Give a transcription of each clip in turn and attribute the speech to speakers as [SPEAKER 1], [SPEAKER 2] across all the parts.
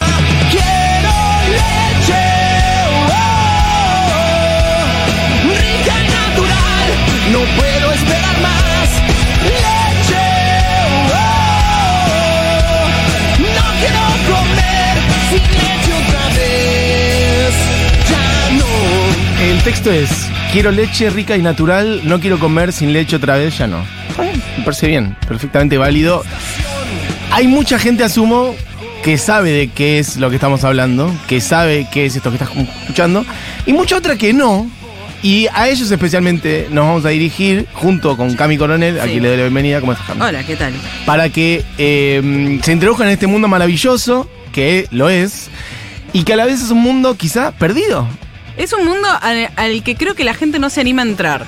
[SPEAKER 1] oh, oh,
[SPEAKER 2] contexto es, quiero leche rica y natural, no quiero comer sin leche otra vez, ya no. Está bien, me parece bien, perfectamente válido. Hay mucha gente, asumo, que sabe de qué es lo que estamos hablando, que sabe qué es esto que estás escuchando, y mucha otra que no. Y a ellos especialmente nos vamos a dirigir junto con Cami Coronel, a
[SPEAKER 3] Sí.
[SPEAKER 2] quien le doy la bienvenida. ¿Cómo estás, Cami?
[SPEAKER 3] Hola, ¿qué tal?
[SPEAKER 2] para que eh, se introduzcan en este mundo maravilloso, que lo es, y que a la vez es un mundo quizá perdido.
[SPEAKER 3] Es un mundo al, al que creo que la gente no se anima a entrar.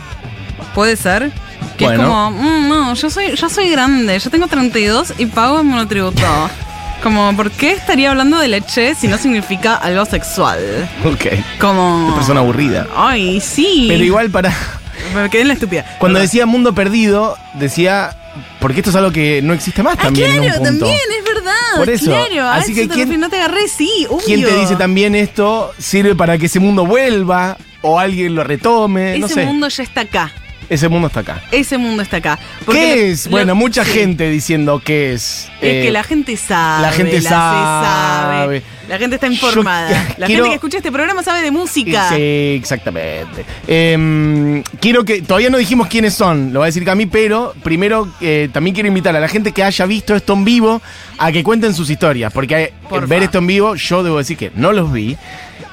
[SPEAKER 3] ¿Puede ser? Que
[SPEAKER 2] Bueno.
[SPEAKER 3] es como, "Mm, no, yo soy, yo soy grande, yo tengo 32 y pago en monotributo. como, ¿por qué estaría hablando de leche si no significa algo sexual?
[SPEAKER 2] Ok.
[SPEAKER 3] Como...
[SPEAKER 2] Persona aburrida.
[SPEAKER 3] Ay, sí.
[SPEAKER 2] Pero igual para...
[SPEAKER 3] Me quedé en la estúpida. Ah,
[SPEAKER 2] Cuando decía mundo perdido, decía... Porque esto es algo que no existe más
[SPEAKER 3] Ah,
[SPEAKER 2] también en
[SPEAKER 3] claro,
[SPEAKER 2] un punto.
[SPEAKER 3] también, es verdad.
[SPEAKER 2] Por eso,
[SPEAKER 3] Claro,
[SPEAKER 2] así
[SPEAKER 3] así
[SPEAKER 2] que
[SPEAKER 3] que
[SPEAKER 2] ¿quién-
[SPEAKER 3] no te agarré, sí, obvio.
[SPEAKER 2] ¿Quién te dice también esto sirve para que ese mundo vuelva? O alguien lo retome,
[SPEAKER 3] Ese
[SPEAKER 2] no sé.
[SPEAKER 3] mundo ya está acá.
[SPEAKER 2] Ese mundo está acá.
[SPEAKER 3] Ese mundo está acá. Porque
[SPEAKER 2] ¿Qué
[SPEAKER 3] lo-
[SPEAKER 2] es?
[SPEAKER 3] lo-
[SPEAKER 2] bueno, mucha
[SPEAKER 3] sí.
[SPEAKER 2] gente diciendo qué es.
[SPEAKER 3] Es
[SPEAKER 2] Eh,
[SPEAKER 3] que la gente sabe.
[SPEAKER 2] la gente
[SPEAKER 3] se
[SPEAKER 2] sabe.
[SPEAKER 3] La gente está
[SPEAKER 2] Yo
[SPEAKER 3] informada.
[SPEAKER 2] qu-
[SPEAKER 3] la
[SPEAKER 2] quiero-
[SPEAKER 3] gente que escucha este programa sabe de música.
[SPEAKER 2] Sí, exactamente. Eh, quiero que. Todavía no dijimos quiénes son, lo va a decir Cami, pero primero eh, también quiero invitar a la gente que haya visto esto en vivo a que cuenten sus historias. Porque eh,
[SPEAKER 3] Porfa.
[SPEAKER 2] ver esto en vivo, yo debo decir que no los vi.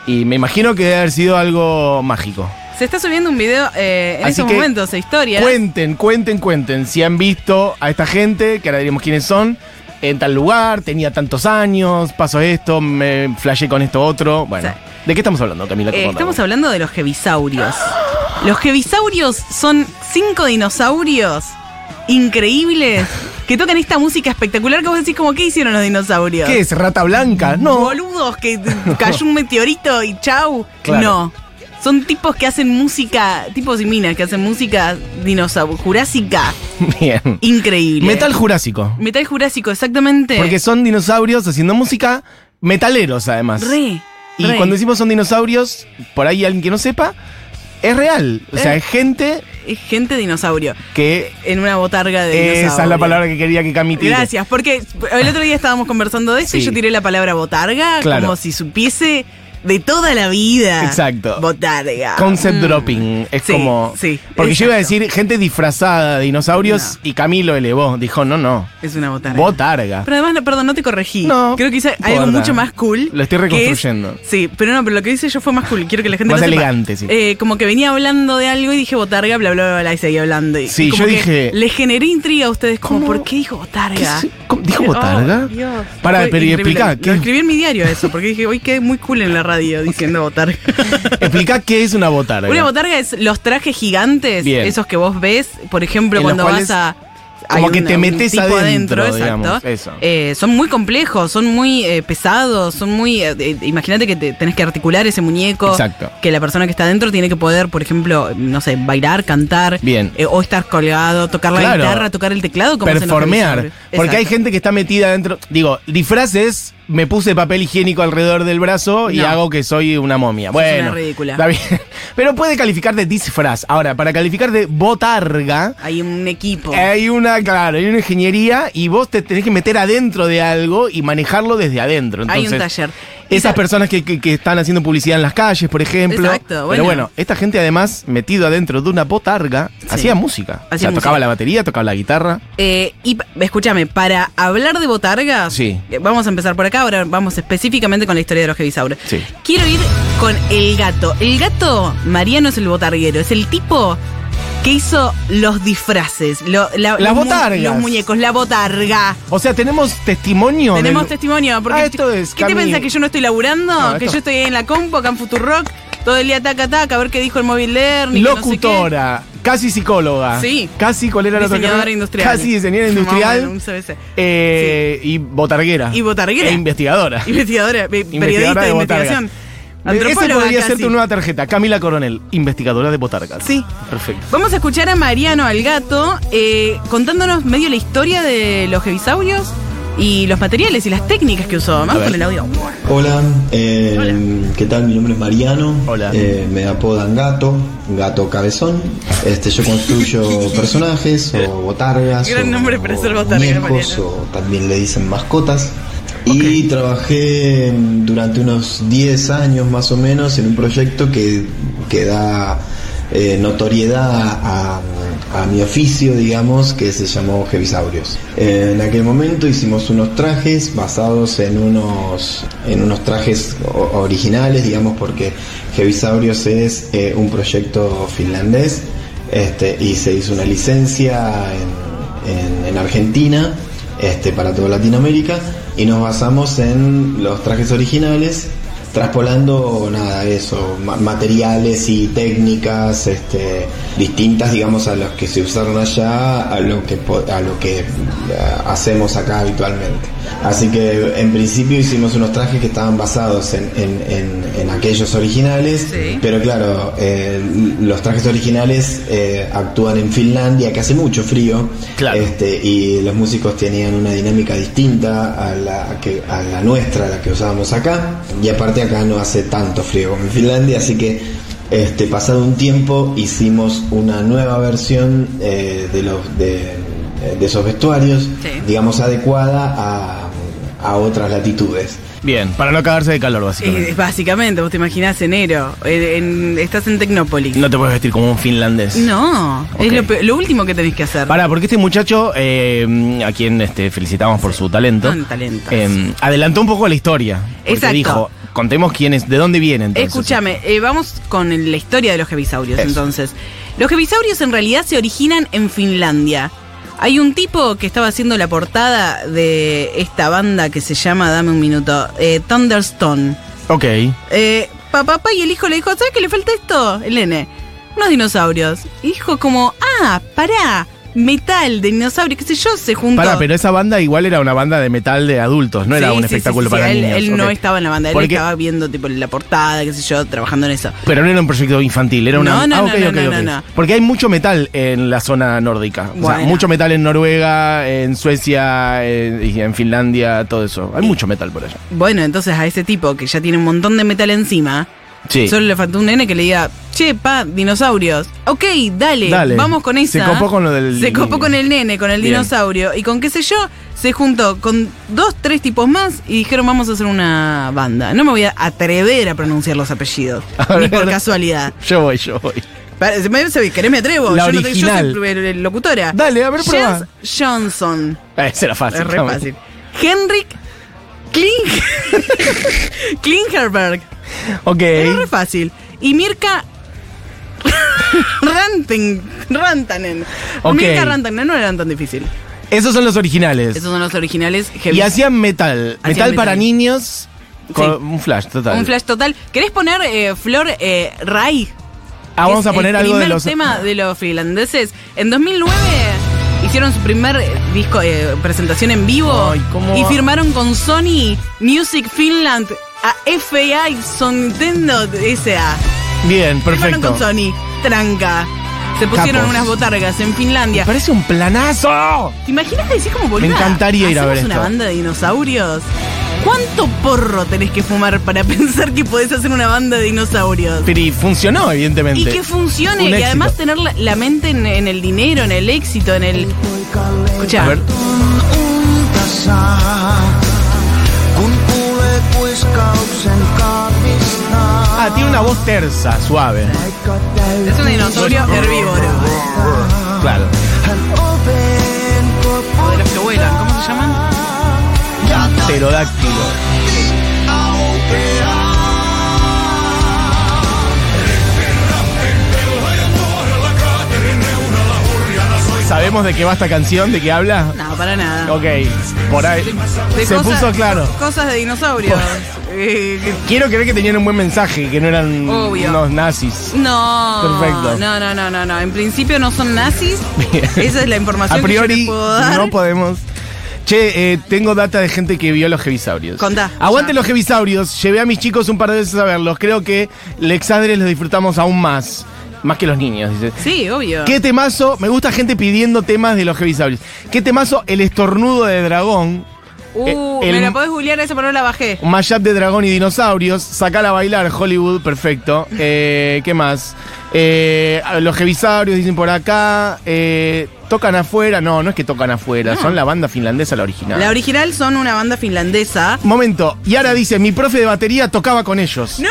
[SPEAKER 2] Y me imagino que debe haber sido algo mágico.
[SPEAKER 3] Se está subiendo un video eh, en
[SPEAKER 2] Así
[SPEAKER 3] estos
[SPEAKER 2] que
[SPEAKER 3] momentos, de historia.
[SPEAKER 2] Cuenten, cuenten, cuenten. Si han visto a esta gente, que ahora diremos quiénes son, en tal lugar, tenía tantos años, pasó esto, me flashé con esto otro. Bueno,
[SPEAKER 3] Sí.
[SPEAKER 2] ¿de qué estamos hablando, Camila?
[SPEAKER 3] Eh, estamos
[SPEAKER 2] Contame.
[SPEAKER 3] hablando de los gebisaurios. Los gebisaurios son cinco dinosaurios increíbles que tocan esta música espectacular que vos decís como, ¿qué hicieron los dinosaurios?
[SPEAKER 2] ¿Qué es? ¿Rata blanca? No.
[SPEAKER 3] Boludos que t- cayó un meteorito y chau.
[SPEAKER 2] Claro.
[SPEAKER 3] No. Son tipos que hacen música, tipos y minas que hacen música dinosaurio, jurásica,
[SPEAKER 2] Bien.
[SPEAKER 3] increíble.
[SPEAKER 2] Metal jurásico.
[SPEAKER 3] Metal jurásico, exactamente.
[SPEAKER 2] Porque son dinosaurios haciendo música, metaleros además.
[SPEAKER 3] Re.
[SPEAKER 2] y
[SPEAKER 3] re.
[SPEAKER 2] cuando decimos son dinosaurios, por ahí alguien que no sepa, es real. O sea,
[SPEAKER 3] Eh.
[SPEAKER 2] es gente
[SPEAKER 3] Es gente dinosaurio.
[SPEAKER 2] que...
[SPEAKER 3] En una botarga de dinosaurio.
[SPEAKER 2] Esa es la palabra que quería que Cami tire.
[SPEAKER 3] Gracias, porque el otro día estábamos conversando de eso y
[SPEAKER 2] Sí.
[SPEAKER 3] yo tiré la palabra botarga
[SPEAKER 2] Claro.
[SPEAKER 3] como si supiese de toda la vida.
[SPEAKER 2] Exacto.
[SPEAKER 3] Botarga.
[SPEAKER 2] Concept
[SPEAKER 3] Mm.
[SPEAKER 2] dropping. Es
[SPEAKER 3] Sí,
[SPEAKER 2] como.
[SPEAKER 3] sí,
[SPEAKER 2] porque yo iba a
[SPEAKER 3] exacto.
[SPEAKER 2] decir gente disfrazada de dinosaurios y Camilo elevó. Dijo, no, no.
[SPEAKER 3] Es una botarga.
[SPEAKER 2] Botarga.
[SPEAKER 3] Pero además, no, perdón, no te corregí.
[SPEAKER 2] No,
[SPEAKER 3] Creo que hice
[SPEAKER 2] no
[SPEAKER 3] algo
[SPEAKER 2] importa.
[SPEAKER 3] mucho más cool.
[SPEAKER 2] Lo estoy
[SPEAKER 3] que es-
[SPEAKER 2] reconstruyendo.
[SPEAKER 3] sí, pero no, pero lo que hice yo fue más cool. Quiero que la gente
[SPEAKER 2] Más
[SPEAKER 3] lo sepa.
[SPEAKER 2] elegante, sí.
[SPEAKER 3] Eh, como que venía hablando de algo y dije botarga, bla, bla, bla, bla, y seguí hablando. Y,
[SPEAKER 2] Sí,
[SPEAKER 3] y como
[SPEAKER 2] yo
[SPEAKER 3] que
[SPEAKER 2] dije-
[SPEAKER 3] Le generé intriga a ustedes, como,
[SPEAKER 2] ¿Cómo?
[SPEAKER 3] ¿por qué dijo
[SPEAKER 2] ¿Qué
[SPEAKER 3] botarga? Oh,
[SPEAKER 2] se- cómo- ¿Dijo botarga? Pará, pero y explicá.
[SPEAKER 3] explicar Lo
[SPEAKER 2] ¿qué,
[SPEAKER 3] escribí en mi diario eso, porque dije, hoy quedé muy cool en la radio diciendo botarga.
[SPEAKER 2] explicá qué es una botarga.
[SPEAKER 3] Una botarga es los trajes gigantes,
[SPEAKER 2] Bien.
[SPEAKER 3] esos que vos ves, por ejemplo,
[SPEAKER 2] En los
[SPEAKER 3] cuando
[SPEAKER 2] cuales
[SPEAKER 3] vas a.
[SPEAKER 2] como
[SPEAKER 3] hay
[SPEAKER 2] que
[SPEAKER 3] una-
[SPEAKER 2] te
[SPEAKER 3] un
[SPEAKER 2] metes
[SPEAKER 3] tipo
[SPEAKER 2] adentro, digamos,
[SPEAKER 3] exacto.
[SPEAKER 2] eso.
[SPEAKER 3] Eh, son muy complejos, son muy eh, pesados, son muy. eh, eh, Imagínate que te- tenés que articular ese muñeco.
[SPEAKER 2] Exacto.
[SPEAKER 3] Que la persona que está adentro tiene que poder, por ejemplo, no sé, bailar, cantar.
[SPEAKER 2] Bien.
[SPEAKER 3] eh, o estar colgado, tocar la
[SPEAKER 2] Claro.
[SPEAKER 3] guitarra, tocar el teclado. Como hacen los
[SPEAKER 2] Performear.
[SPEAKER 3] revisores.
[SPEAKER 2] Porque hay
[SPEAKER 3] Exacto.
[SPEAKER 2] gente que está metida dentro. Digo, disfraces, me puse papel higiénico alrededor del brazo y
[SPEAKER 3] No.
[SPEAKER 2] hago que soy una momia. Bueno.
[SPEAKER 3] una ridícula.
[SPEAKER 2] Está bien. Pero puede calificar de disfraz. Ahora, para calificar de botarga.
[SPEAKER 3] Hay un equipo.
[SPEAKER 2] Hay una, claro, hay una ingeniería y vos te tenés que meter adentro de algo y manejarlo desde adentro.
[SPEAKER 3] Hay un
[SPEAKER 2] Entonces,
[SPEAKER 3] taller.
[SPEAKER 2] Esas
[SPEAKER 3] Esa-
[SPEAKER 2] personas que, que- que están haciendo publicidad en las calles, por ejemplo.
[SPEAKER 3] Exacto,
[SPEAKER 2] Pero
[SPEAKER 3] bueno.
[SPEAKER 2] bueno, esta gente además, metido adentro de una botarga, hacía música. o sea,
[SPEAKER 3] Hacía
[SPEAKER 2] tocaba
[SPEAKER 3] música.
[SPEAKER 2] la batería, tocaba la guitarra.
[SPEAKER 3] Eh, y pa- escúchame, para hablar de botargas,
[SPEAKER 2] Sí.
[SPEAKER 3] eh, vamos a empezar por acá, ahora vamos específicamente con la historia de los gebisaurios.
[SPEAKER 2] Sí.
[SPEAKER 3] Quiero ir con el gato. El gato Mariano es el botarguero, es el tipo que hizo los disfraces, lo- la-
[SPEAKER 2] Las
[SPEAKER 3] los mu-
[SPEAKER 2] botargas.
[SPEAKER 3] los muñecos, la botarga.
[SPEAKER 2] O sea, tenemos testimonio.
[SPEAKER 3] Tenemos
[SPEAKER 2] del-
[SPEAKER 3] testimonio, porque
[SPEAKER 2] Ah, esto es,
[SPEAKER 3] ¿qué te
[SPEAKER 2] Cami.
[SPEAKER 3] pensás que yo no estoy laburando?
[SPEAKER 2] No,
[SPEAKER 3] que
[SPEAKER 2] esto-
[SPEAKER 3] yo estoy ahí en la compu, acá en Futurock, todo el día taca taca, a ver qué dijo el móvil learning. que no sé qué.
[SPEAKER 2] Locutora, casi psicóloga.
[SPEAKER 3] Sí.
[SPEAKER 2] Casi cuál era la otra
[SPEAKER 3] Diseñadora
[SPEAKER 2] carrera?
[SPEAKER 3] industrial.
[SPEAKER 2] Casi diseñadora
[SPEAKER 3] Más o
[SPEAKER 2] industrial.
[SPEAKER 3] menos, un CBC.
[SPEAKER 2] eh, Y botarguera.
[SPEAKER 3] Y botarguera.
[SPEAKER 2] E investigadora.
[SPEAKER 3] Investigadora, eh, periodista de,
[SPEAKER 2] de botarga.
[SPEAKER 3] investigación.
[SPEAKER 2] Esa
[SPEAKER 3] Antropóloga
[SPEAKER 2] podría ser
[SPEAKER 3] casi.
[SPEAKER 2] tu nueva tarjeta. Camila Coronel, investigadora de botargas.
[SPEAKER 3] Sí.
[SPEAKER 2] Perfecto.
[SPEAKER 3] Vamos a escuchar a Mariano al gato eh, contándonos medio la historia de los gebisaurios y los materiales y las técnicas que usó. Vamos
[SPEAKER 2] ver.
[SPEAKER 3] con el audio.
[SPEAKER 4] Hola, eh, ¿qué tal? Mi nombre es Mariano.
[SPEAKER 2] Hola.
[SPEAKER 4] Eh, me apodan Gato, Gato Cabezón. Este, yo construyo personajes o botargas.
[SPEAKER 3] Gran
[SPEAKER 4] o-
[SPEAKER 3] nombre para
[SPEAKER 4] o
[SPEAKER 3] ser botarga,
[SPEAKER 4] muñecos,
[SPEAKER 3] Mariano.
[SPEAKER 4] o también le dicen mascotas. Y trabajé mm, durante unos 10 años más o menos en un proyecto que que da eh, notoriedad a, a mi oficio, digamos, que se llamó Gevisaurios. Eh, en aquel momento hicimos unos trajes basados en unos, en unos trajes o- originales, digamos, porque Gevisaurios es eh, un proyecto finlandés este, y se hizo una licencia en, en- en Argentina este, para toda Latinoamérica y nos basamos en los trajes originales traspolando nada eso ma- materiales y técnicas este, distintas digamos a los que se usaron allá a lo que po- a lo que eh, hacemos acá habitualmente así que en principio hicimos unos trajes que estaban basados en, en- en- en aquellos originales
[SPEAKER 3] Sí.
[SPEAKER 4] pero claro eh, los trajes originales eh, actúan en Finlandia que hace mucho frío
[SPEAKER 2] Claro.
[SPEAKER 4] este, y los músicos tenían una dinámica distinta a la, que, a la nuestra, a la que usábamos acá. Y aparte acá no hace tanto frío como en Finlandia, así que este, pasado un tiempo hicimos una nueva versión eh, de, los, de, de esos vestuarios,
[SPEAKER 3] Sí.
[SPEAKER 4] digamos adecuada a, a otras latitudes.
[SPEAKER 2] Bien, para no cagarse de calor, básicamente.
[SPEAKER 3] Eh, básicamente, vos te imaginás enero, en- en- estás en Tecnópolis.
[SPEAKER 2] No te puedes vestir como un finlandés.
[SPEAKER 3] No,
[SPEAKER 2] Ok.
[SPEAKER 3] es lo, pe- lo último que tenés que hacer.
[SPEAKER 2] Pará, porque este muchacho, eh, a quien este, felicitamos por su talento,
[SPEAKER 3] Son talentos.
[SPEAKER 2] eh, adelantó un poco la historia. Porque
[SPEAKER 3] Ah, Exacto.
[SPEAKER 2] dijo, contemos quién es, de dónde viene entonces.
[SPEAKER 3] Escúchame, eh, vamos con la historia de los jebisaurios
[SPEAKER 2] Eso.
[SPEAKER 3] entonces. Los jebisaurios en realidad se originan en Finlandia. Hay un tipo que estaba haciendo la portada de esta banda que se llama, dame un minuto, eh, Thunderstone.
[SPEAKER 2] Ok.
[SPEAKER 3] Eh, pa- papá y el hijo le dijo, ¿sabes qué le falta esto? El nene, unos dinosaurios. Y dijo como, ah, pará, metal de dinosaurio, qué sé yo, se juntó.
[SPEAKER 2] Pará, pero esa banda igual era una banda de metal de adultos, no era
[SPEAKER 3] Sí,
[SPEAKER 2] un
[SPEAKER 3] sí,
[SPEAKER 2] espectáculo
[SPEAKER 3] sí, sí,
[SPEAKER 2] para
[SPEAKER 3] él,
[SPEAKER 2] niños.
[SPEAKER 3] Él no
[SPEAKER 2] ok.
[SPEAKER 3] estaba en la banda, él
[SPEAKER 2] Porque-
[SPEAKER 3] estaba viendo tipo la portada, qué sé yo, trabajando en eso.
[SPEAKER 2] Pero no era un proyecto infantil, era una.
[SPEAKER 3] No, no,
[SPEAKER 2] ah,
[SPEAKER 3] no,
[SPEAKER 2] ok,
[SPEAKER 3] no,
[SPEAKER 2] ok,
[SPEAKER 3] no,
[SPEAKER 2] ok.
[SPEAKER 3] no, no.
[SPEAKER 2] Porque hay mucho metal en la zona nórdica. O sea,
[SPEAKER 3] Bueno.
[SPEAKER 2] mucho metal en Noruega, en Suecia, en, y en Finlandia, todo eso. Hay mucho metal por allá.
[SPEAKER 3] Bueno, entonces a ese tipo que ya tiene un montón de metal encima,
[SPEAKER 2] Sí.
[SPEAKER 3] solo le faltó un nene que le diga, che, pa, dinosaurios. Ok, dale,
[SPEAKER 2] Dale.
[SPEAKER 3] vamos con
[SPEAKER 2] Se
[SPEAKER 3] esa.
[SPEAKER 2] copó con lo del
[SPEAKER 3] Se copó
[SPEAKER 2] niño.
[SPEAKER 3] con el nene, con el
[SPEAKER 2] Bien.
[SPEAKER 3] dinosaurio. Y con qué sé yo, se juntó con dos, tres tipos más y dijeron, vamos a hacer una banda. No me voy a atrever a pronunciar los apellidos,
[SPEAKER 2] A
[SPEAKER 3] ni
[SPEAKER 2] ver.
[SPEAKER 3] por casualidad.
[SPEAKER 2] Yo voy, yo voy.
[SPEAKER 3] Para- se me- se- ¿Querés me atrevo?
[SPEAKER 2] La
[SPEAKER 3] yo, no te- yo
[SPEAKER 2] original.
[SPEAKER 3] soy eh, locutora.
[SPEAKER 2] Dale, a ver,
[SPEAKER 3] Jens
[SPEAKER 2] probá.
[SPEAKER 3] Johnson.
[SPEAKER 2] Ah, Ese era fácil.
[SPEAKER 3] Es re
[SPEAKER 2] vamos.
[SPEAKER 3] fácil. Henrik Kling Klingerberg.
[SPEAKER 2] Ok.
[SPEAKER 3] Es re fácil. Y Mirka Ranting, Rantanen.
[SPEAKER 2] Ok.
[SPEAKER 3] Mirka Rantanen no eran tan difícil.
[SPEAKER 2] Esos son los originales.
[SPEAKER 3] Esos son los originales. heavy.
[SPEAKER 2] Y hacían metal.
[SPEAKER 3] Hacían
[SPEAKER 2] metal
[SPEAKER 3] metal.
[SPEAKER 2] para niños. Con
[SPEAKER 3] Sí.
[SPEAKER 2] Un flash, total.
[SPEAKER 3] Un flash total. ¿Querés poner eh, Flor eh, Ray?
[SPEAKER 2] Ah,
[SPEAKER 3] que
[SPEAKER 2] vamos
[SPEAKER 3] es
[SPEAKER 2] a poner algo de los.
[SPEAKER 3] El primer tema de los finlandeses. En 2009 hicieron su primer eh, disco eh, presentación en vivo
[SPEAKER 2] Ay, cómo
[SPEAKER 3] y
[SPEAKER 2] va.
[SPEAKER 3] firmaron con Sony Music Finland a FAI Son Nintendo S.A.
[SPEAKER 2] Bien,
[SPEAKER 3] Firmaron
[SPEAKER 2] perfecto.
[SPEAKER 3] con Sony. Tranca. Se pusieron
[SPEAKER 2] Capos.
[SPEAKER 3] unas botargas en
[SPEAKER 2] Me
[SPEAKER 3] Finlandia.
[SPEAKER 2] parece un planazo.
[SPEAKER 3] ¿Te imaginas decir como boluda?
[SPEAKER 2] Me encantaría ir a ver
[SPEAKER 3] ¿hacemos una
[SPEAKER 2] esto.
[SPEAKER 3] banda de dinosaurios? ¿Cuánto porro tenés que fumar para pensar que podés hacer una banda de dinosaurios?
[SPEAKER 2] Pero y funcionó, evidentemente.
[SPEAKER 3] Y que funcione,
[SPEAKER 2] Un
[SPEAKER 3] y
[SPEAKER 2] éxito.
[SPEAKER 3] además tener la, la mente en, en el dinero, en el éxito, en el. Escucha,
[SPEAKER 2] A ver.
[SPEAKER 1] unta saa. Kun kuulee kuiskauksen kaapistaa,
[SPEAKER 2] Ah, tiene una voz tersa, suave.
[SPEAKER 1] vaikka täysin
[SPEAKER 3] es un dinosaurio herbívoro.
[SPEAKER 2] Claro.
[SPEAKER 1] oveen
[SPEAKER 3] O de los que vuelan, ¿cómo se llaman?
[SPEAKER 2] Pterodáctilo. ¿Sabemos de qué va esta canción? ¿De qué habla?
[SPEAKER 3] No, para nada.
[SPEAKER 2] Ok, por ahí.
[SPEAKER 3] De
[SPEAKER 2] Se
[SPEAKER 3] cosas-
[SPEAKER 2] puso claro.
[SPEAKER 3] Cosas de dinosaurios. Eh, que-
[SPEAKER 2] Quiero creer que tenían un buen mensaje, que no eran
[SPEAKER 3] Obvio.
[SPEAKER 2] unos nazis.
[SPEAKER 3] No,
[SPEAKER 2] Perfecto.
[SPEAKER 3] no, no, no, no, no. En principio no son nazis.
[SPEAKER 2] Bien.
[SPEAKER 3] Esa es la
[SPEAKER 2] A
[SPEAKER 3] información que yo
[SPEAKER 2] priori,
[SPEAKER 3] les puedo dar.
[SPEAKER 2] no podemos. Che, eh, tengo data de gente que vio los Gevisaurios.
[SPEAKER 3] Contá.
[SPEAKER 2] Aguante
[SPEAKER 3] Ya.
[SPEAKER 2] los Gevisaurios. Llevé a mis chicos un par de veces a verlos. Creo que Lexadres los disfrutamos aún más. Más que los niños, dice.
[SPEAKER 3] sí, obvio.
[SPEAKER 2] ¿Qué temazo? Me gusta gente pidiendo temas de los Gevisaurios. ¿Qué temazo? El estornudo de dragón.
[SPEAKER 3] Uh,
[SPEAKER 2] Eh, el-
[SPEAKER 3] me la podés googlear esa, pero no la bajé.
[SPEAKER 2] Un mashup de dragón y dinosaurios. Sacala a bailar, Hollywood, perfecto. Eh, ¿Qué más? Eh, los Gevisaurios dicen por acá. eh, tocan afuera. No, no es que tocan afuera. Son la banda finlandesa la original.
[SPEAKER 3] La original son una banda finlandesa.
[SPEAKER 2] Momento. Y ahora dice, mi profe de batería tocaba con ellos.
[SPEAKER 3] ¡No!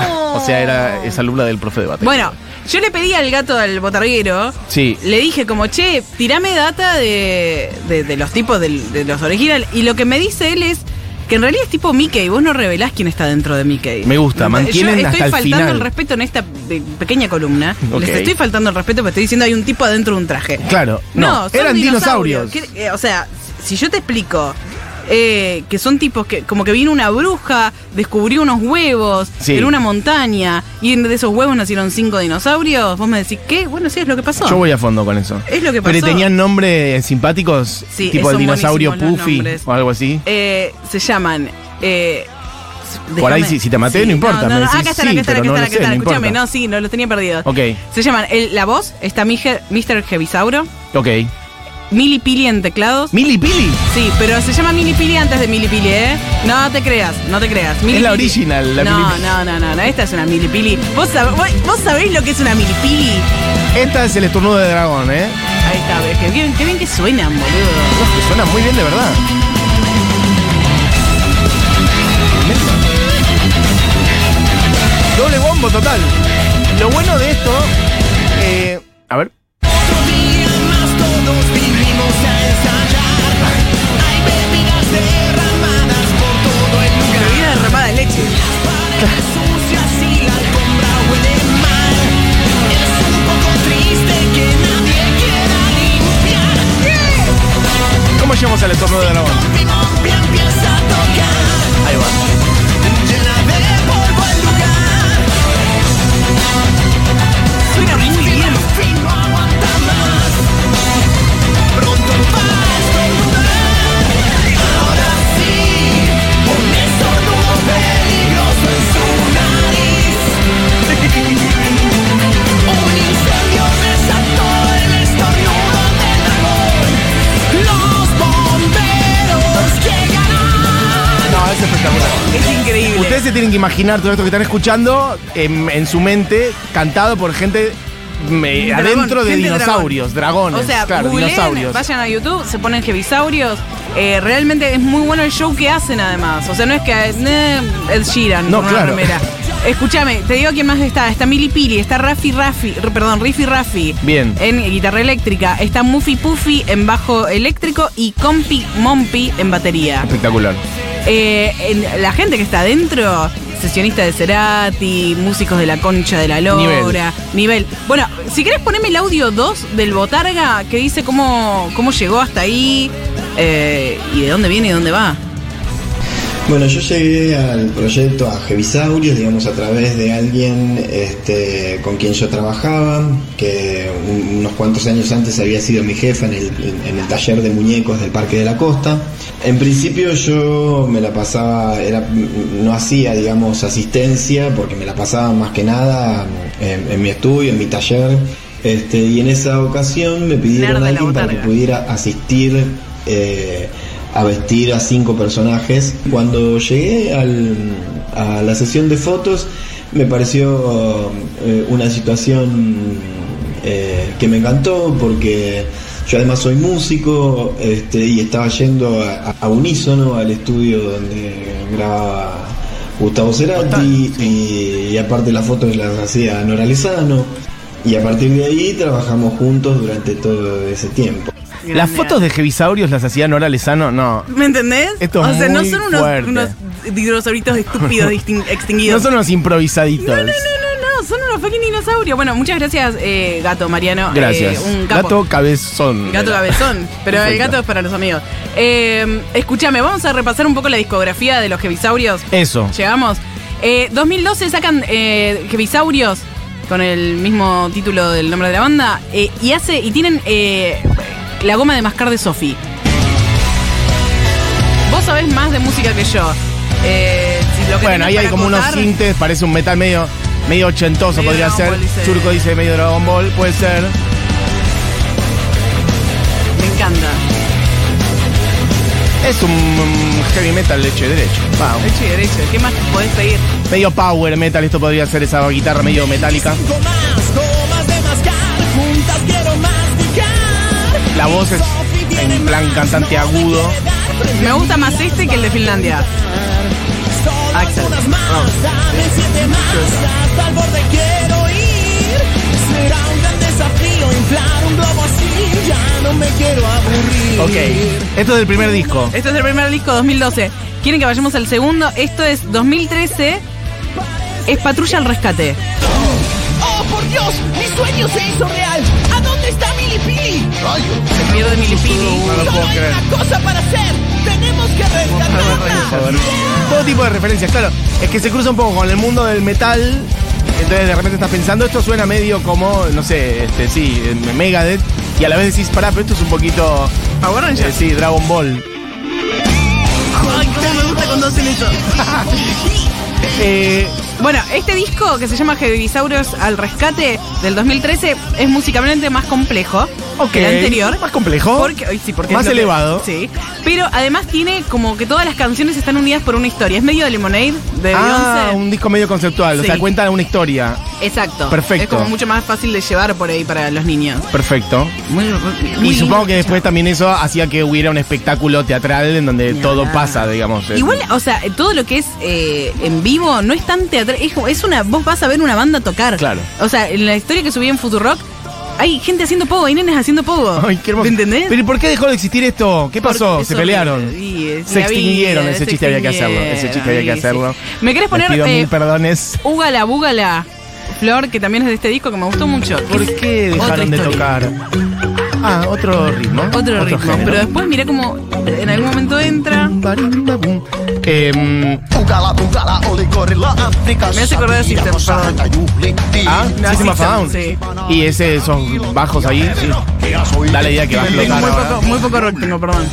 [SPEAKER 3] No.
[SPEAKER 2] O sea, era es alumna del profe de batería.
[SPEAKER 3] Bueno, yo le pedí al gato al botarguero.
[SPEAKER 2] Sí.
[SPEAKER 3] Le dije como, che, tirame data de, de- de los tipos del- de, los originales. Y lo que me dice él es que en realidad es tipo Mickey. Vos no revelás quién está dentro de Mickey.
[SPEAKER 2] Me gusta,
[SPEAKER 3] Yo
[SPEAKER 2] mantienen
[SPEAKER 3] estoy
[SPEAKER 2] hasta el
[SPEAKER 3] faltando
[SPEAKER 2] final.
[SPEAKER 3] el respeto en esta pe- pequeña columna.
[SPEAKER 2] Ok.
[SPEAKER 3] Les estoy faltando el respeto porque estoy diciendo hay un tipo adentro de un traje.
[SPEAKER 2] Claro, no,
[SPEAKER 3] son
[SPEAKER 2] eran dinosaurios.
[SPEAKER 3] Que- eh, o sea, si yo te explico eh, que son tipos que como que vino una bruja, descubrió unos huevos
[SPEAKER 2] Sí.
[SPEAKER 3] en una montaña y de esos huevos nacieron cinco dinosaurios, vos me decís, ¿qué? Bueno, sí, es lo que pasó.
[SPEAKER 2] Yo voy a fondo con eso.
[SPEAKER 3] Es lo que
[SPEAKER 2] Pero
[SPEAKER 3] pasó.
[SPEAKER 2] tenían nombres simpáticos,
[SPEAKER 3] Sí,
[SPEAKER 2] tipo el
[SPEAKER 3] son
[SPEAKER 2] dinosaurio
[SPEAKER 3] buenísimos los
[SPEAKER 2] Puffy
[SPEAKER 3] nombres.
[SPEAKER 2] o algo así.
[SPEAKER 3] Eh, se llaman... eh,
[SPEAKER 2] Por ahí
[SPEAKER 3] déjame-
[SPEAKER 2] si- si te maté, no importa, me decís,
[SPEAKER 3] acá están,
[SPEAKER 2] sí,
[SPEAKER 3] acá están,
[SPEAKER 2] pero
[SPEAKER 3] acá
[SPEAKER 2] no
[SPEAKER 3] están,
[SPEAKER 2] lo
[SPEAKER 3] acá
[SPEAKER 2] sé,
[SPEAKER 3] están.
[SPEAKER 2] no
[SPEAKER 3] Escúchame,
[SPEAKER 2] importa.
[SPEAKER 3] no, sí, no, los tenía perdidos.
[SPEAKER 2] Ok,
[SPEAKER 3] Se llaman, el- la voz está Mije- Mr. Jevisauro,
[SPEAKER 2] ok.
[SPEAKER 3] Mili Pili en teclados,
[SPEAKER 2] ¿Mili Pili?
[SPEAKER 3] Sí, pero se llama Mini Pili antes de Mili Pili, ¿eh? No te creas, no te creas. Mili
[SPEAKER 2] Es la
[SPEAKER 3] Pili.
[SPEAKER 2] original, la
[SPEAKER 3] no,
[SPEAKER 2] Mili Pili.
[SPEAKER 3] no, no, no, no, esta es una Mili Pili. ¿Vos, sab- vos, vos sabéis lo que es una Mili Pili?
[SPEAKER 2] Esta es el estornudo de dragón, ¿eh?
[SPEAKER 3] Ahí está, ves, qué bien, qué bien que suenan, boludo.
[SPEAKER 2] Uf, que suena muy bien de verdad. Tremendo. Doble bombo total. Lo bueno de esto. eh, a ver.
[SPEAKER 3] Bebida derramada de leche.
[SPEAKER 2] ¿Cómo llegamos al estornudo de dragón? Ahí va.
[SPEAKER 3] Suena muy bien.
[SPEAKER 2] No, es espectacular.
[SPEAKER 3] Es increíble.
[SPEAKER 2] Ustedes se tienen que imaginar todo esto que están escuchando en, en su mente, cantado por gente me-
[SPEAKER 3] Dragón,
[SPEAKER 2] adentro de
[SPEAKER 3] gente dragón.
[SPEAKER 2] dinosaurios, dragones.
[SPEAKER 3] O sea,
[SPEAKER 2] claro,
[SPEAKER 3] googleen,
[SPEAKER 2] dinosaurios.
[SPEAKER 3] vayan a YouTube, se ponen Jevisaurios. Eh, realmente es muy bueno el show que hacen, además. O sea, no es que eh, Ed Sheeran
[SPEAKER 2] No,
[SPEAKER 3] con una
[SPEAKER 2] claro.
[SPEAKER 3] remera. Escúchame, te digo quién más está. Está Mili Pili, está Rafi Rafi, r- perdón, Riffy Rafi.
[SPEAKER 2] Bien.
[SPEAKER 3] En guitarra eléctrica. Está Muffy Puffy en bajo eléctrico y Compi Mompi en batería.
[SPEAKER 2] Espectacular.
[SPEAKER 3] Eh, en- la gente que está adentro, sesionista de Cerati, músicos de la concha de la lora, nivel. Bueno, si querés ponerme el audio 2 del Botarga que dice cómo, cómo llegó hasta ahí eh, y de dónde viene y dónde va.
[SPEAKER 4] Bueno, yo llegué al proyecto a Jevisaurios, digamos, a través de alguien este, con quien yo trabajaba, que un- unos cuantos años antes había sido mi jefa en el, en- en el taller de muñecos del Parque de la Costa. En principio yo me la pasaba, era, no hacía, digamos, asistencia, porque me la pasaba más que nada en, en mi estudio, en mi taller. Este, y en esa ocasión me
[SPEAKER 3] Nerd de
[SPEAKER 4] pidieron
[SPEAKER 3] la
[SPEAKER 4] a alguien para que
[SPEAKER 3] botarga.
[SPEAKER 4] pudiera ir a asistir eh, a vestir a cinco personajes. Cuando llegué al- a la sesión de fotos me pareció eh, una situación eh, que me encantó porque yo además soy músico este, y estaba yendo a, a unísono al estudio donde grababa Gustavo Cerati y, y aparte las fotos las hacía Nora Lezano y a partir de ahí trabajamos juntos durante todo ese tiempo.
[SPEAKER 2] Las fotos de Jevisaurios las hacía Nora Lezano, no.
[SPEAKER 3] ¿Me entendés?
[SPEAKER 2] Esto
[SPEAKER 3] o
[SPEAKER 2] es
[SPEAKER 3] sea, no
[SPEAKER 2] muy
[SPEAKER 3] son unos,
[SPEAKER 2] fuerte.
[SPEAKER 3] unos dinosauritos estúpidos
[SPEAKER 2] No
[SPEAKER 3] distin- extinguidos.
[SPEAKER 2] son unos improvisaditos.
[SPEAKER 3] no, no, no, no, son unos fucking dinosaurios. Bueno, muchas gracias, eh, gato Mariano. Eh,
[SPEAKER 2] Gracias.
[SPEAKER 3] un capo.
[SPEAKER 2] Gato cabezón.
[SPEAKER 3] Gato
[SPEAKER 2] Era.
[SPEAKER 3] cabezón, pero el
[SPEAKER 2] Perfecto.
[SPEAKER 3] gato es para los amigos. Eh, escúchame, vamos a repasar un poco la discografía de los Jevisaurios.
[SPEAKER 2] Eso.
[SPEAKER 3] Llegamos. Eh, 2012 sacan eh, Jevisaurios con el mismo título del nombre de la banda eh, y hace y tienen eh, la goma de mascar de Sofi. Vos sabés más de música que yo. Eh, si lo que
[SPEAKER 2] Bueno,
[SPEAKER 3] tenés
[SPEAKER 2] ahí hay
[SPEAKER 3] para
[SPEAKER 2] como unos
[SPEAKER 3] acotar-
[SPEAKER 2] sintes, parece un metal medio, medio ochentoso,
[SPEAKER 3] Medio
[SPEAKER 2] podría
[SPEAKER 3] Dragon
[SPEAKER 2] ser.
[SPEAKER 3] Ball, dice.
[SPEAKER 2] Churco dice medio Dragon Ball, puede ser.
[SPEAKER 3] Me encanta.
[SPEAKER 2] Es un mm, heavy metal hecho y derecho. Va, un
[SPEAKER 3] Derecho y derecho. ¿Qué más podés pedir?
[SPEAKER 2] Medio power metal, esto podría ser esa guitarra medio metálica. La voz es en plan cantante agudo.
[SPEAKER 3] Me gusta más
[SPEAKER 2] Oh.
[SPEAKER 3] este que el de Finlandia. Axel.
[SPEAKER 2] Ok. Esto es del primer disco.
[SPEAKER 3] Esto Este es el primer disco 2012. ¿Quieren que vayamos al segundo? Esto es 2013. Es Patrulla al Rescate.
[SPEAKER 5] ¡Oh, por Dios! ¡Mi sueño se hizo real! ¿A dónde está Milipili?
[SPEAKER 3] Se pierde Milipili.
[SPEAKER 2] No lo
[SPEAKER 5] Solo
[SPEAKER 2] puedo
[SPEAKER 5] hay
[SPEAKER 2] creer.
[SPEAKER 5] una cosa para hacer. ¡Tenemos que rescatarla!
[SPEAKER 2] Todo tipo de referencias, claro. Es que se cruza un poco con el mundo del metal. Entonces de repente estás pensando, esto suena medio como, no sé, este, sí, eh, Megadeth. Y a la vez decís, pará, pero esto es un poquito.
[SPEAKER 3] Power Rangers.
[SPEAKER 2] eh, sí, Dragon Ball.
[SPEAKER 3] Ay, cómo me gusta cuando hacen eso.
[SPEAKER 2] Eh,
[SPEAKER 3] Bueno, este disco que se llama Heavisauros al Rescate del 2013 es musicalmente más complejo
[SPEAKER 2] ok.
[SPEAKER 3] que el anterior.
[SPEAKER 2] Más complejo.
[SPEAKER 3] Porque, ay, sí, porque es
[SPEAKER 2] más
[SPEAKER 3] lo que-
[SPEAKER 2] elevado.
[SPEAKER 3] sí. Pero además tiene como que todas las canciones están unidas por una historia. Es medio de Lemonade, de
[SPEAKER 2] ah,
[SPEAKER 3] Beyoncé.
[SPEAKER 2] un disco medio conceptual. O sea,
[SPEAKER 3] Sí.
[SPEAKER 2] cuenta una historia.
[SPEAKER 3] Exacto.
[SPEAKER 2] Perfecto.
[SPEAKER 3] Es como mucho más fácil de llevar por ahí para los niños.
[SPEAKER 2] Perfecto.
[SPEAKER 3] Muy,
[SPEAKER 2] y supongo que después también eso hacía que hubiera un espectáculo teatral en donde
[SPEAKER 3] Ni
[SPEAKER 2] todo
[SPEAKER 3] hablar.
[SPEAKER 2] pasa, digamos.
[SPEAKER 3] Igual, o sea, todo lo que es eh, en vivo no es tan teatral. Es, como- es una. Vos vas a ver una banda tocar.
[SPEAKER 2] Claro.
[SPEAKER 3] O sea, en la historia que subí en Futurock, hay gente haciendo pogo, hay nenes haciendo pogo.
[SPEAKER 2] Ay, qué hermoso.
[SPEAKER 3] ¿Me entendés?
[SPEAKER 2] ¿Pero ¿y por qué dejó de existir esto? ¿Qué pasó?
[SPEAKER 3] Porque
[SPEAKER 2] ¿Se
[SPEAKER 3] eso-
[SPEAKER 2] pelearon?
[SPEAKER 3] y es
[SPEAKER 2] se
[SPEAKER 3] la vida,
[SPEAKER 2] extinguieron.
[SPEAKER 3] se
[SPEAKER 2] Ese chiste había que hacerlo. Ese
[SPEAKER 3] extinguieron,
[SPEAKER 2] chiste había que
[SPEAKER 3] sí, sí.
[SPEAKER 2] hacerlo.
[SPEAKER 3] ¿Me querés poner
[SPEAKER 2] Les pido
[SPEAKER 3] eh,
[SPEAKER 2] mil perdones.
[SPEAKER 3] Úgala, Búgala, Flor, que también es de este disco que me gustó mucho?
[SPEAKER 2] ¿Por qué
[SPEAKER 3] Otra
[SPEAKER 2] dejaron de
[SPEAKER 3] historia.
[SPEAKER 2] tocar? Ah, otro ritmo.
[SPEAKER 3] Otro, ritmo,
[SPEAKER 2] género.
[SPEAKER 3] pero después mirá como en algún momento entra.
[SPEAKER 2] Em,
[SPEAKER 3] Me hace acordar de System of a
[SPEAKER 2] ah, System of a Down.
[SPEAKER 3] Sí.
[SPEAKER 2] Y ese, esos bajos ahí, sí. da la idea que va a
[SPEAKER 3] Tengo
[SPEAKER 2] explotar
[SPEAKER 3] muy
[SPEAKER 2] ahora.
[SPEAKER 3] poco, muy poco rock tengo, perdón.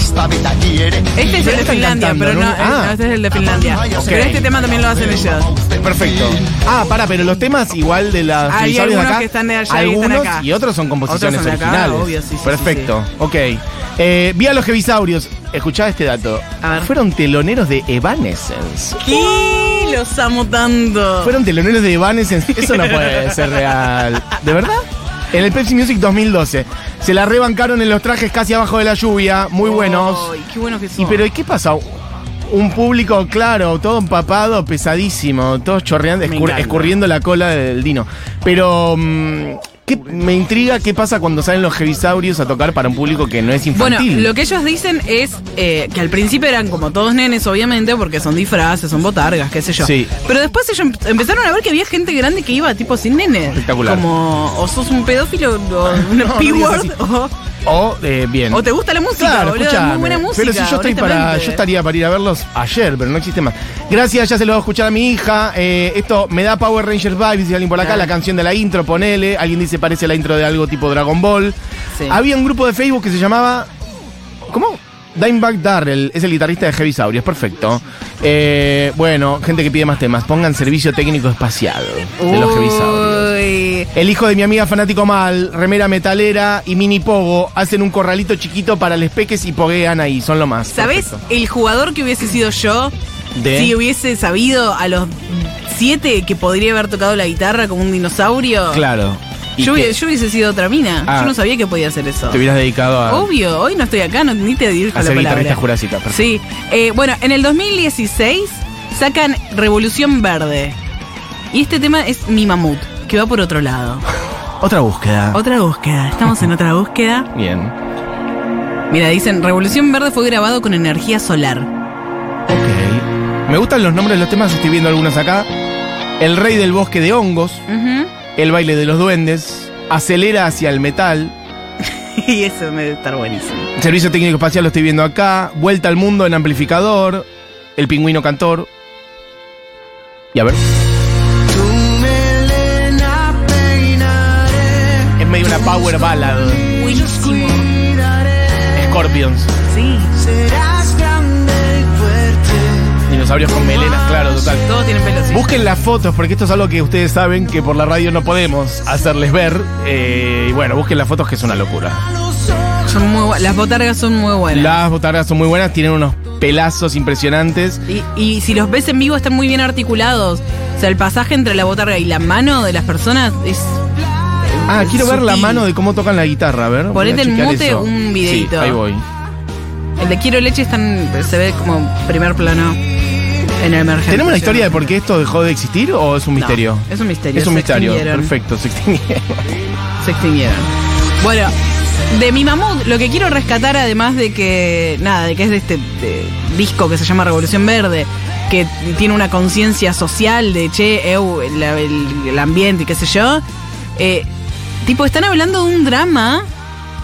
[SPEAKER 3] Este es el de
[SPEAKER 2] están
[SPEAKER 3] Finlandia,
[SPEAKER 2] cantando,
[SPEAKER 3] pero no,
[SPEAKER 2] ¿no? Ah.
[SPEAKER 3] no, este es el de Finlandia.
[SPEAKER 2] Ok.
[SPEAKER 3] Pero este tema también lo hacen ellos.
[SPEAKER 2] Perfecto. Ah, para, pero los temas igual de las
[SPEAKER 3] Hay
[SPEAKER 2] televisores de
[SPEAKER 3] algunos
[SPEAKER 2] acá.
[SPEAKER 3] que están de allá y están
[SPEAKER 2] algunos
[SPEAKER 3] acá.
[SPEAKER 2] y otros son composiciones
[SPEAKER 3] Otros son de acá,
[SPEAKER 2] originales.
[SPEAKER 3] obvio, sí, sí, sí,
[SPEAKER 2] Perfecto, ok. Eh, vi a los Gevisaurios. Escuchá este dato.
[SPEAKER 3] A ver. Oh.
[SPEAKER 2] Fueron teloneros de Evanescence.
[SPEAKER 3] ¿Qué? Los amo tanto.
[SPEAKER 2] Fueron teloneros de Evanescence. Eso no puede ser real. ¿De verdad? En el Pepsi Music 2012. Se la rebancaron en los trajes casi abajo de la lluvia. Muy buenos.
[SPEAKER 3] Ay, qué buenos que son.
[SPEAKER 2] ¿Y pero ¿y qué pasa? Un público, claro, todo empapado, pesadísimo, todos chorreando,
[SPEAKER 3] Me
[SPEAKER 2] escur-
[SPEAKER 3] encanta.
[SPEAKER 2] escurriendo la cola del dino. Pero mm, ¿qué- me intriga qué pasa cuando salen los heavisaurios a tocar para un público que no es
[SPEAKER 3] Bueno,
[SPEAKER 2] infantil.
[SPEAKER 3] lo que ellos dicen es eh, que al principio eran como todos nenes, obviamente, porque son disfraces, son botargas, qué sé yo.
[SPEAKER 2] Sí.
[SPEAKER 3] Pero después ellos em- empezaron a ver que había gente grande que iba tipo sin nene.
[SPEAKER 2] Espectacular. Ah,
[SPEAKER 3] Como o sos un pedófilo o
[SPEAKER 2] No, no
[SPEAKER 3] un
[SPEAKER 2] digas así.
[SPEAKER 3] P-word o,
[SPEAKER 2] O eh, bien.
[SPEAKER 3] o te gusta la música,
[SPEAKER 2] Claro,
[SPEAKER 3] boludo, es
[SPEAKER 2] escuchame.
[SPEAKER 3] muy buena música.
[SPEAKER 2] Pero si yo estoy para.
[SPEAKER 3] honestamente.
[SPEAKER 2] Yo estaría para ir a verlos ayer, pero no existe más. Gracias, ya se lo voy a escuchar a mi hija. Eh, esto me da Power Rangers vibes, dice alguien por acá,
[SPEAKER 3] Claro.
[SPEAKER 2] la canción de la intro, ponele. Alguien dice parece la intro de algo tipo Dragon Ball.
[SPEAKER 3] Sí.
[SPEAKER 2] Había un grupo de Facebook que se llamaba. ¿Cómo? Dimebag Darrell es el guitarrista de Heavy Saurios, perfecto. Eh, bueno, gente que pide más temas. Pongan servicio técnico espacial de los Heavy Saurios.
[SPEAKER 3] Uy.
[SPEAKER 2] El hijo de mi amiga fanático mal, remera metalera y mini pogo hacen un corralito chiquito para les peques y poguean ahí, son lo más.
[SPEAKER 3] ¿Sabés
[SPEAKER 2] Perfecto.
[SPEAKER 3] el jugador que hubiese sido yo
[SPEAKER 2] De-
[SPEAKER 3] si hubiese sabido a los siete que podría haber tocado la guitarra como un dinosaurio?
[SPEAKER 2] Claro. Y
[SPEAKER 3] Yo,
[SPEAKER 2] que
[SPEAKER 3] hubiese- yo hubiese sido otra mina.
[SPEAKER 2] Ah.
[SPEAKER 3] yo no sabía que podía hacer eso.
[SPEAKER 2] te hubieras dedicado a.
[SPEAKER 3] Obvio, hoy no estoy acá, no, ni te dirijo
[SPEAKER 2] A
[SPEAKER 3] la
[SPEAKER 2] ser
[SPEAKER 3] palabra.
[SPEAKER 2] guitarrista jurásica, perfecto.
[SPEAKER 3] Sí. Eh, bueno, en el 2016 sacan Revolución Verde. Y este tema es Mi Mamut, que va por otro lado.
[SPEAKER 2] Otra búsqueda.
[SPEAKER 3] Otra búsqueda, estamos en otra búsqueda.
[SPEAKER 2] Bien.
[SPEAKER 3] Mira, dicen, Revolución Verde fue grabado con energía solar.
[SPEAKER 2] Ok. Me gustan los nombres de los temas, estoy viendo algunos acá. El rey del bosque de hongos,
[SPEAKER 3] Ujú.
[SPEAKER 2] el baile de los duendes, acelera hacia el metal.
[SPEAKER 3] Y eso me debe estar buenísimo.
[SPEAKER 2] Servicio técnico espacial lo estoy viendo acá. Vuelta al mundo en amplificador. El pingüino cantor. Y a ver.
[SPEAKER 1] Tu melena peinaré,
[SPEAKER 2] Es medio una power ballad.
[SPEAKER 3] Buenísimo.
[SPEAKER 2] Scorpions.
[SPEAKER 3] Sí.
[SPEAKER 1] serás grande y fuerte.
[SPEAKER 2] Dinosaurios con melenas, claro, total.
[SPEAKER 3] Todos tienen pelos. sí.
[SPEAKER 2] Busquen las fotos, porque esto es algo que ustedes saben que por la radio no podemos hacerles ver. Eh, y bueno, busquen las fotos, que es una locura.
[SPEAKER 3] Son muy bu- Las botargas son muy buenas.
[SPEAKER 2] Las botargas son muy buenas, tienen unos pelazos impresionantes.
[SPEAKER 3] Y, y si los ves en vivo están muy bien articulados. O sea, el pasaje entre la botarga y la mano de las personas es...
[SPEAKER 2] Ah, quiero ver la
[SPEAKER 3] Sutil.
[SPEAKER 2] mano de cómo tocan la guitarra, a ver. voy
[SPEAKER 3] Ponete
[SPEAKER 2] a
[SPEAKER 3] en
[SPEAKER 2] chequear
[SPEAKER 3] mute un videito.
[SPEAKER 2] Sí, ahí voy.
[SPEAKER 3] El de Quiero Leche están, se ve como primer plano. en el emergente.
[SPEAKER 2] ¿Tenemos la historia de
[SPEAKER 3] por
[SPEAKER 2] por qué esto dejó de existir o es un misterio?
[SPEAKER 3] es un misterio,
[SPEAKER 2] Es un
[SPEAKER 3] se
[SPEAKER 2] misterio.
[SPEAKER 3] extinguieron.
[SPEAKER 2] Perfecto, se extinguieron.
[SPEAKER 3] se extinguieron. Bueno, de mi mamut, lo que quiero rescatar, además de que, nada, de que es de este de, disco que se llama Revolución Verde, que tiene una conciencia social de che, eu, la- el, el ambiente y qué sé yo. eh, tipo, están hablando de un drama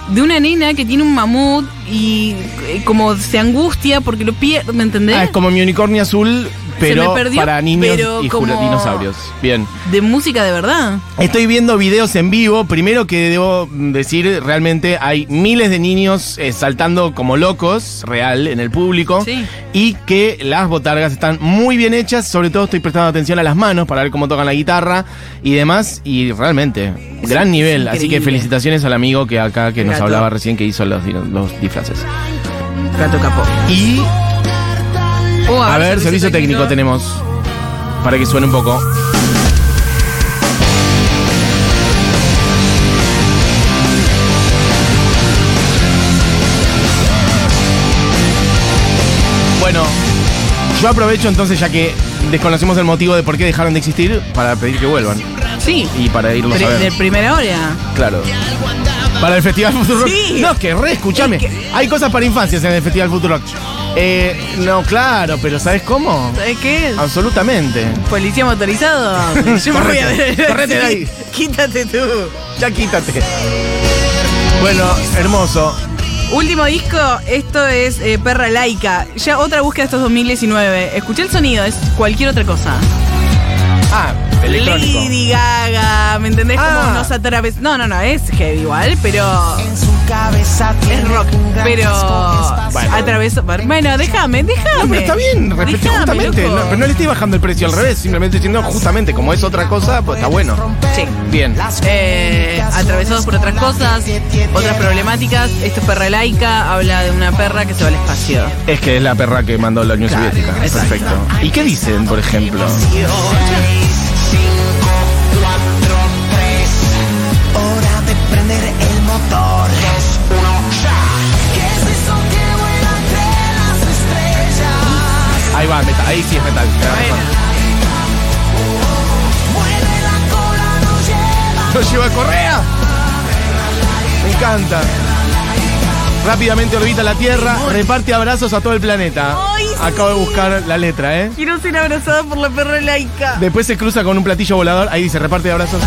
[SPEAKER 3] de una nena que tiene un mamut y eh, como se angustia porque lo pierde, ¿me entendés?
[SPEAKER 2] Ah, es como mi unicornio azul, pero
[SPEAKER 3] me perdió,
[SPEAKER 2] para niños
[SPEAKER 3] pero
[SPEAKER 2] y
[SPEAKER 3] como-
[SPEAKER 2] jura- dinosaurios. Bien.
[SPEAKER 3] De música de verdad.
[SPEAKER 2] Estoy viendo videos en vivo. Primero que debo decir, realmente hay miles de niños eh, saltando como locos, real, en el público.
[SPEAKER 3] Sí.
[SPEAKER 2] Y que las botargas están muy bien hechas. Sobre todo estoy prestando atención a las manos para ver cómo tocan la guitarra y demás. Y realmente,
[SPEAKER 3] Es-
[SPEAKER 2] gran
[SPEAKER 3] es
[SPEAKER 2] nivel. Así que
[SPEAKER 3] increíble.
[SPEAKER 2] felicitaciones al amigo que acá que nos
[SPEAKER 3] Gato.
[SPEAKER 2] hablaba recién que hizo los, dino- los disfraces.
[SPEAKER 3] Gato Capó.
[SPEAKER 2] Y
[SPEAKER 3] Oh,
[SPEAKER 2] a ver, servicio técnico tenemos. Para que suene un poco. Bueno, yo aprovecho entonces ya que desconocemos el motivo de por qué dejaron de existir para pedir que vuelvan
[SPEAKER 3] Sí,
[SPEAKER 2] y para irlos a
[SPEAKER 3] pre- de
[SPEAKER 2] ver.
[SPEAKER 3] primera hora.
[SPEAKER 2] Claro. Para el Festival Futuro
[SPEAKER 3] Sí.
[SPEAKER 2] No, es que re, escúchame.
[SPEAKER 3] Es que-
[SPEAKER 2] Hay cosas para infancias en el Festival Futuro Eh, no, claro, pero ¿sabes cómo?
[SPEAKER 3] ¿Sabes qué?
[SPEAKER 2] Ah, Absolutamente.
[SPEAKER 3] Policía motorizado. Yo me voy a
[SPEAKER 2] Correte,
[SPEAKER 3] ver.
[SPEAKER 2] correte de ahí.
[SPEAKER 3] Quítate tú.
[SPEAKER 2] Ya quítate. Bueno, hermoso.
[SPEAKER 3] Último disco, esto es eh, Perra Laica. Ya otra búsqueda de estos 2019. Escuché el sonido, es cualquier otra cosa.
[SPEAKER 2] Ah, electrónico.
[SPEAKER 3] Lady Gaga, ¿me entendés?
[SPEAKER 2] Ah.
[SPEAKER 3] Como nos atraves. No, no, no, es heavy igual, pero.
[SPEAKER 1] En su cabeza tiene
[SPEAKER 3] Es rock,
[SPEAKER 1] un gran
[SPEAKER 3] pero.
[SPEAKER 1] disco que es
[SPEAKER 2] Bueno.
[SPEAKER 3] Atraveso. Bueno, déjame, déjame.
[SPEAKER 2] No, pero está bien, respete
[SPEAKER 3] Déjame,
[SPEAKER 2] justamente.
[SPEAKER 3] loco.
[SPEAKER 2] No, pero no le estoy bajando el precio al revés, simplemente diciendo justamente como es otra cosa, pues está bueno.
[SPEAKER 3] Sí.
[SPEAKER 2] Bien.
[SPEAKER 3] eh, atravesados por otras cosas, otras problemáticas. Esto es perra laica, habla de una perra que se va al espacio.
[SPEAKER 2] Es que es la perra que mandó la Unión
[SPEAKER 3] Claro,
[SPEAKER 2] Soviética.
[SPEAKER 3] exacto.
[SPEAKER 2] Perfecto. ¿Y qué dicen, por ejemplo?
[SPEAKER 1] Hora de prender el motor.
[SPEAKER 2] Ahí va, metal. Ahí sí es metal. te da razón. ¡Lo lleva Correa! Me encanta. Rápidamente orbita la Tierra, reparte abrazos a todo el planeta.
[SPEAKER 3] Ay, sí.
[SPEAKER 2] Acabo de buscar la letra, ¿eh?
[SPEAKER 3] Quiero ser abrazada por la perra laica.
[SPEAKER 2] Después se cruza con un platillo volador, ahí dice, reparte abrazos.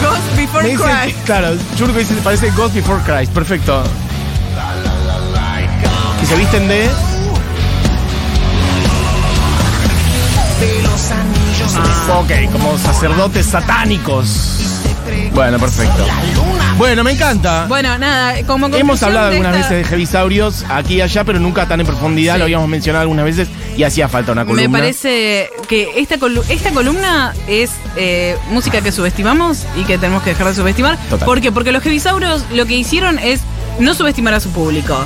[SPEAKER 3] Ghost
[SPEAKER 2] Me
[SPEAKER 3] before
[SPEAKER 2] dice-
[SPEAKER 3] cry.
[SPEAKER 2] claro, Churco dice, parece Ghost Before Christ, perfecto. Y se visten de... Ok, como sacerdotes satánicos. Bueno, perfecto. Bueno, me encanta.
[SPEAKER 3] Bueno, nada, como
[SPEAKER 2] Hemos
[SPEAKER 3] conclusión
[SPEAKER 2] hablado
[SPEAKER 3] de
[SPEAKER 2] algunas
[SPEAKER 3] esta-
[SPEAKER 2] veces de Heavisaurios aquí y allá, pero nunca tan en profundidad,
[SPEAKER 3] Sí.
[SPEAKER 2] lo habíamos mencionado algunas veces y hacía falta una columna.
[SPEAKER 3] Me parece que esta, colu- esta columna es eh, música que subestimamos y que tenemos que dejar de subestimar.
[SPEAKER 2] Total.
[SPEAKER 3] ¿Por qué? Porque los heavisauros lo que hicieron es no subestimar a su público.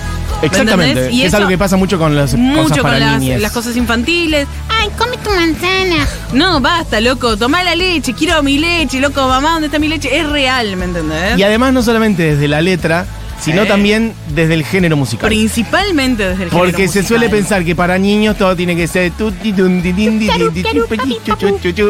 [SPEAKER 3] ¿Me
[SPEAKER 2] Exactamente,
[SPEAKER 3] entendés? Y
[SPEAKER 2] es
[SPEAKER 3] eso-
[SPEAKER 2] algo que pasa mucho con las cosas
[SPEAKER 3] mucho
[SPEAKER 2] para
[SPEAKER 3] con las,
[SPEAKER 2] niñes.
[SPEAKER 3] las cosas infantiles. Ay, come tu manzana. No, basta, loco. Tomá la leche. Quiero mi leche, loco. Mamá, ¿dónde está mi leche? Es real, ¿me entendés?
[SPEAKER 2] Y además no solamente desde la letra, sino
[SPEAKER 3] Sí.
[SPEAKER 2] también desde el género musical.
[SPEAKER 3] Principalmente desde el género
[SPEAKER 2] Porque se
[SPEAKER 3] musical.
[SPEAKER 2] suele pensar que para niños todo tiene que ser tuti, tun, ti, tin, ti, ti, ti, chu, pe, chu, chu, chu, chu.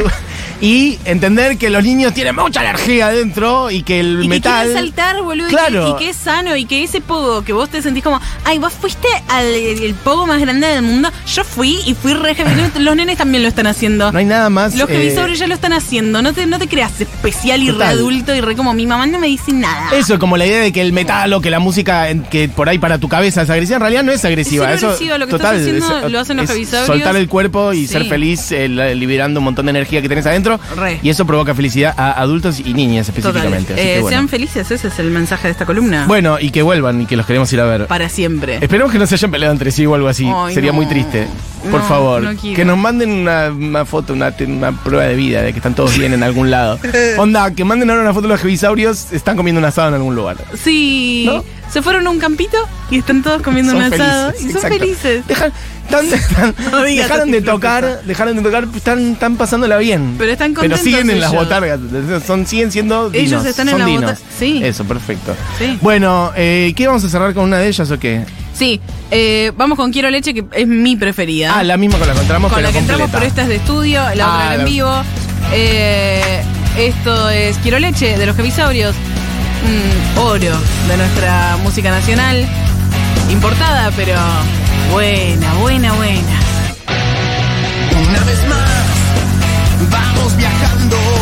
[SPEAKER 2] y entender que los niños tienen mucha energía adentro y que el
[SPEAKER 3] Y
[SPEAKER 2] metal
[SPEAKER 3] que quieren saltar, boludo, y
[SPEAKER 2] Claro.
[SPEAKER 3] que- y que es sano, y que ese pogo que vos te sentís como, ay, vos fuiste al el pogo más grande del mundo, yo fui y fui re heavy. Los nenes también lo están haciendo.
[SPEAKER 2] no hay nada más
[SPEAKER 3] Los
[SPEAKER 2] eh,
[SPEAKER 3] heavisauros ya lo están haciendo, no te, no te creas especial y re
[SPEAKER 2] Total.
[SPEAKER 3] adulto y re como mi mamá no me dice nada.
[SPEAKER 2] Eso, como la idea de que el metal o que la música en- que por ahí para tu cabeza es agresiva, en realidad no es agresiva.
[SPEAKER 3] Es
[SPEAKER 2] eso,
[SPEAKER 3] cero agresiva, lo que
[SPEAKER 2] total,
[SPEAKER 3] estás diciendo
[SPEAKER 2] es-
[SPEAKER 3] lo hacen los
[SPEAKER 2] es
[SPEAKER 3] revisorios.
[SPEAKER 2] Soltar el cuerpo y
[SPEAKER 3] Sí.
[SPEAKER 2] ser feliz, eh, la- liberando un montón de energía que tenés adentro.
[SPEAKER 3] Re.
[SPEAKER 2] Y eso provoca felicidad a adultos y niñas específicamente.
[SPEAKER 3] Total.
[SPEAKER 2] así que
[SPEAKER 3] Eh,
[SPEAKER 2] bueno.
[SPEAKER 3] Sean felices, ese es el mensaje de esta columna.
[SPEAKER 2] Bueno, Eh, y que vuelvan y que los queremos ir a ver.
[SPEAKER 3] Para siempre.
[SPEAKER 2] Esperemos que no se hayan peleado entre sí o algo así.
[SPEAKER 3] Ay,
[SPEAKER 2] Sería
[SPEAKER 3] no.
[SPEAKER 2] muy triste. Por
[SPEAKER 3] No,
[SPEAKER 2] favor,
[SPEAKER 3] no quiero.
[SPEAKER 2] que nos manden una, una foto, una, una prueba de vida de que están todos bien en algún lado. Onda, que manden ahora una foto de los revisaurios, están comiendo un asado en algún lugar.
[SPEAKER 3] Sí.
[SPEAKER 2] ¿No?
[SPEAKER 3] Se fueron a un campito y están todos comiendo
[SPEAKER 2] Son
[SPEAKER 3] un asado
[SPEAKER 2] felices,
[SPEAKER 3] y son
[SPEAKER 2] exacto.
[SPEAKER 3] felices.
[SPEAKER 2] Dejan- tan- tan-
[SPEAKER 3] No
[SPEAKER 2] dejaron
[SPEAKER 3] digas así,
[SPEAKER 2] de
[SPEAKER 3] Florencia.
[SPEAKER 2] tocar, dejaron de tocar, están, están pasándola bien.
[SPEAKER 3] Pero están contentos
[SPEAKER 2] siguen en las
[SPEAKER 3] ellos.
[SPEAKER 2] botargas, son, siguen siendo dinos.
[SPEAKER 3] Ellos están en
[SPEAKER 2] son
[SPEAKER 3] la
[SPEAKER 2] dinos.
[SPEAKER 3] bota- sí.
[SPEAKER 2] Eso, perfecto.
[SPEAKER 3] Sí.
[SPEAKER 2] Bueno, eh, ¿qué vamos a cerrar con una de ellas o qué?
[SPEAKER 3] Sí, eh, vamos con Quiero Leche, que es mi preferida.
[SPEAKER 2] Ah, la misma con la que entramos,
[SPEAKER 3] con
[SPEAKER 2] pero
[SPEAKER 3] la que
[SPEAKER 2] completa.
[SPEAKER 3] entramos, pero esta es de estudio,
[SPEAKER 2] Ah,
[SPEAKER 3] la otra era
[SPEAKER 2] la-
[SPEAKER 3] en vivo. Eh, esto es Quiero Leche, de los Jevisaurios. Mm, oro de nuestra música nacional. Importada, pero buena, buena, buena.
[SPEAKER 1] Una vez más, vamos viajando. oh, oh,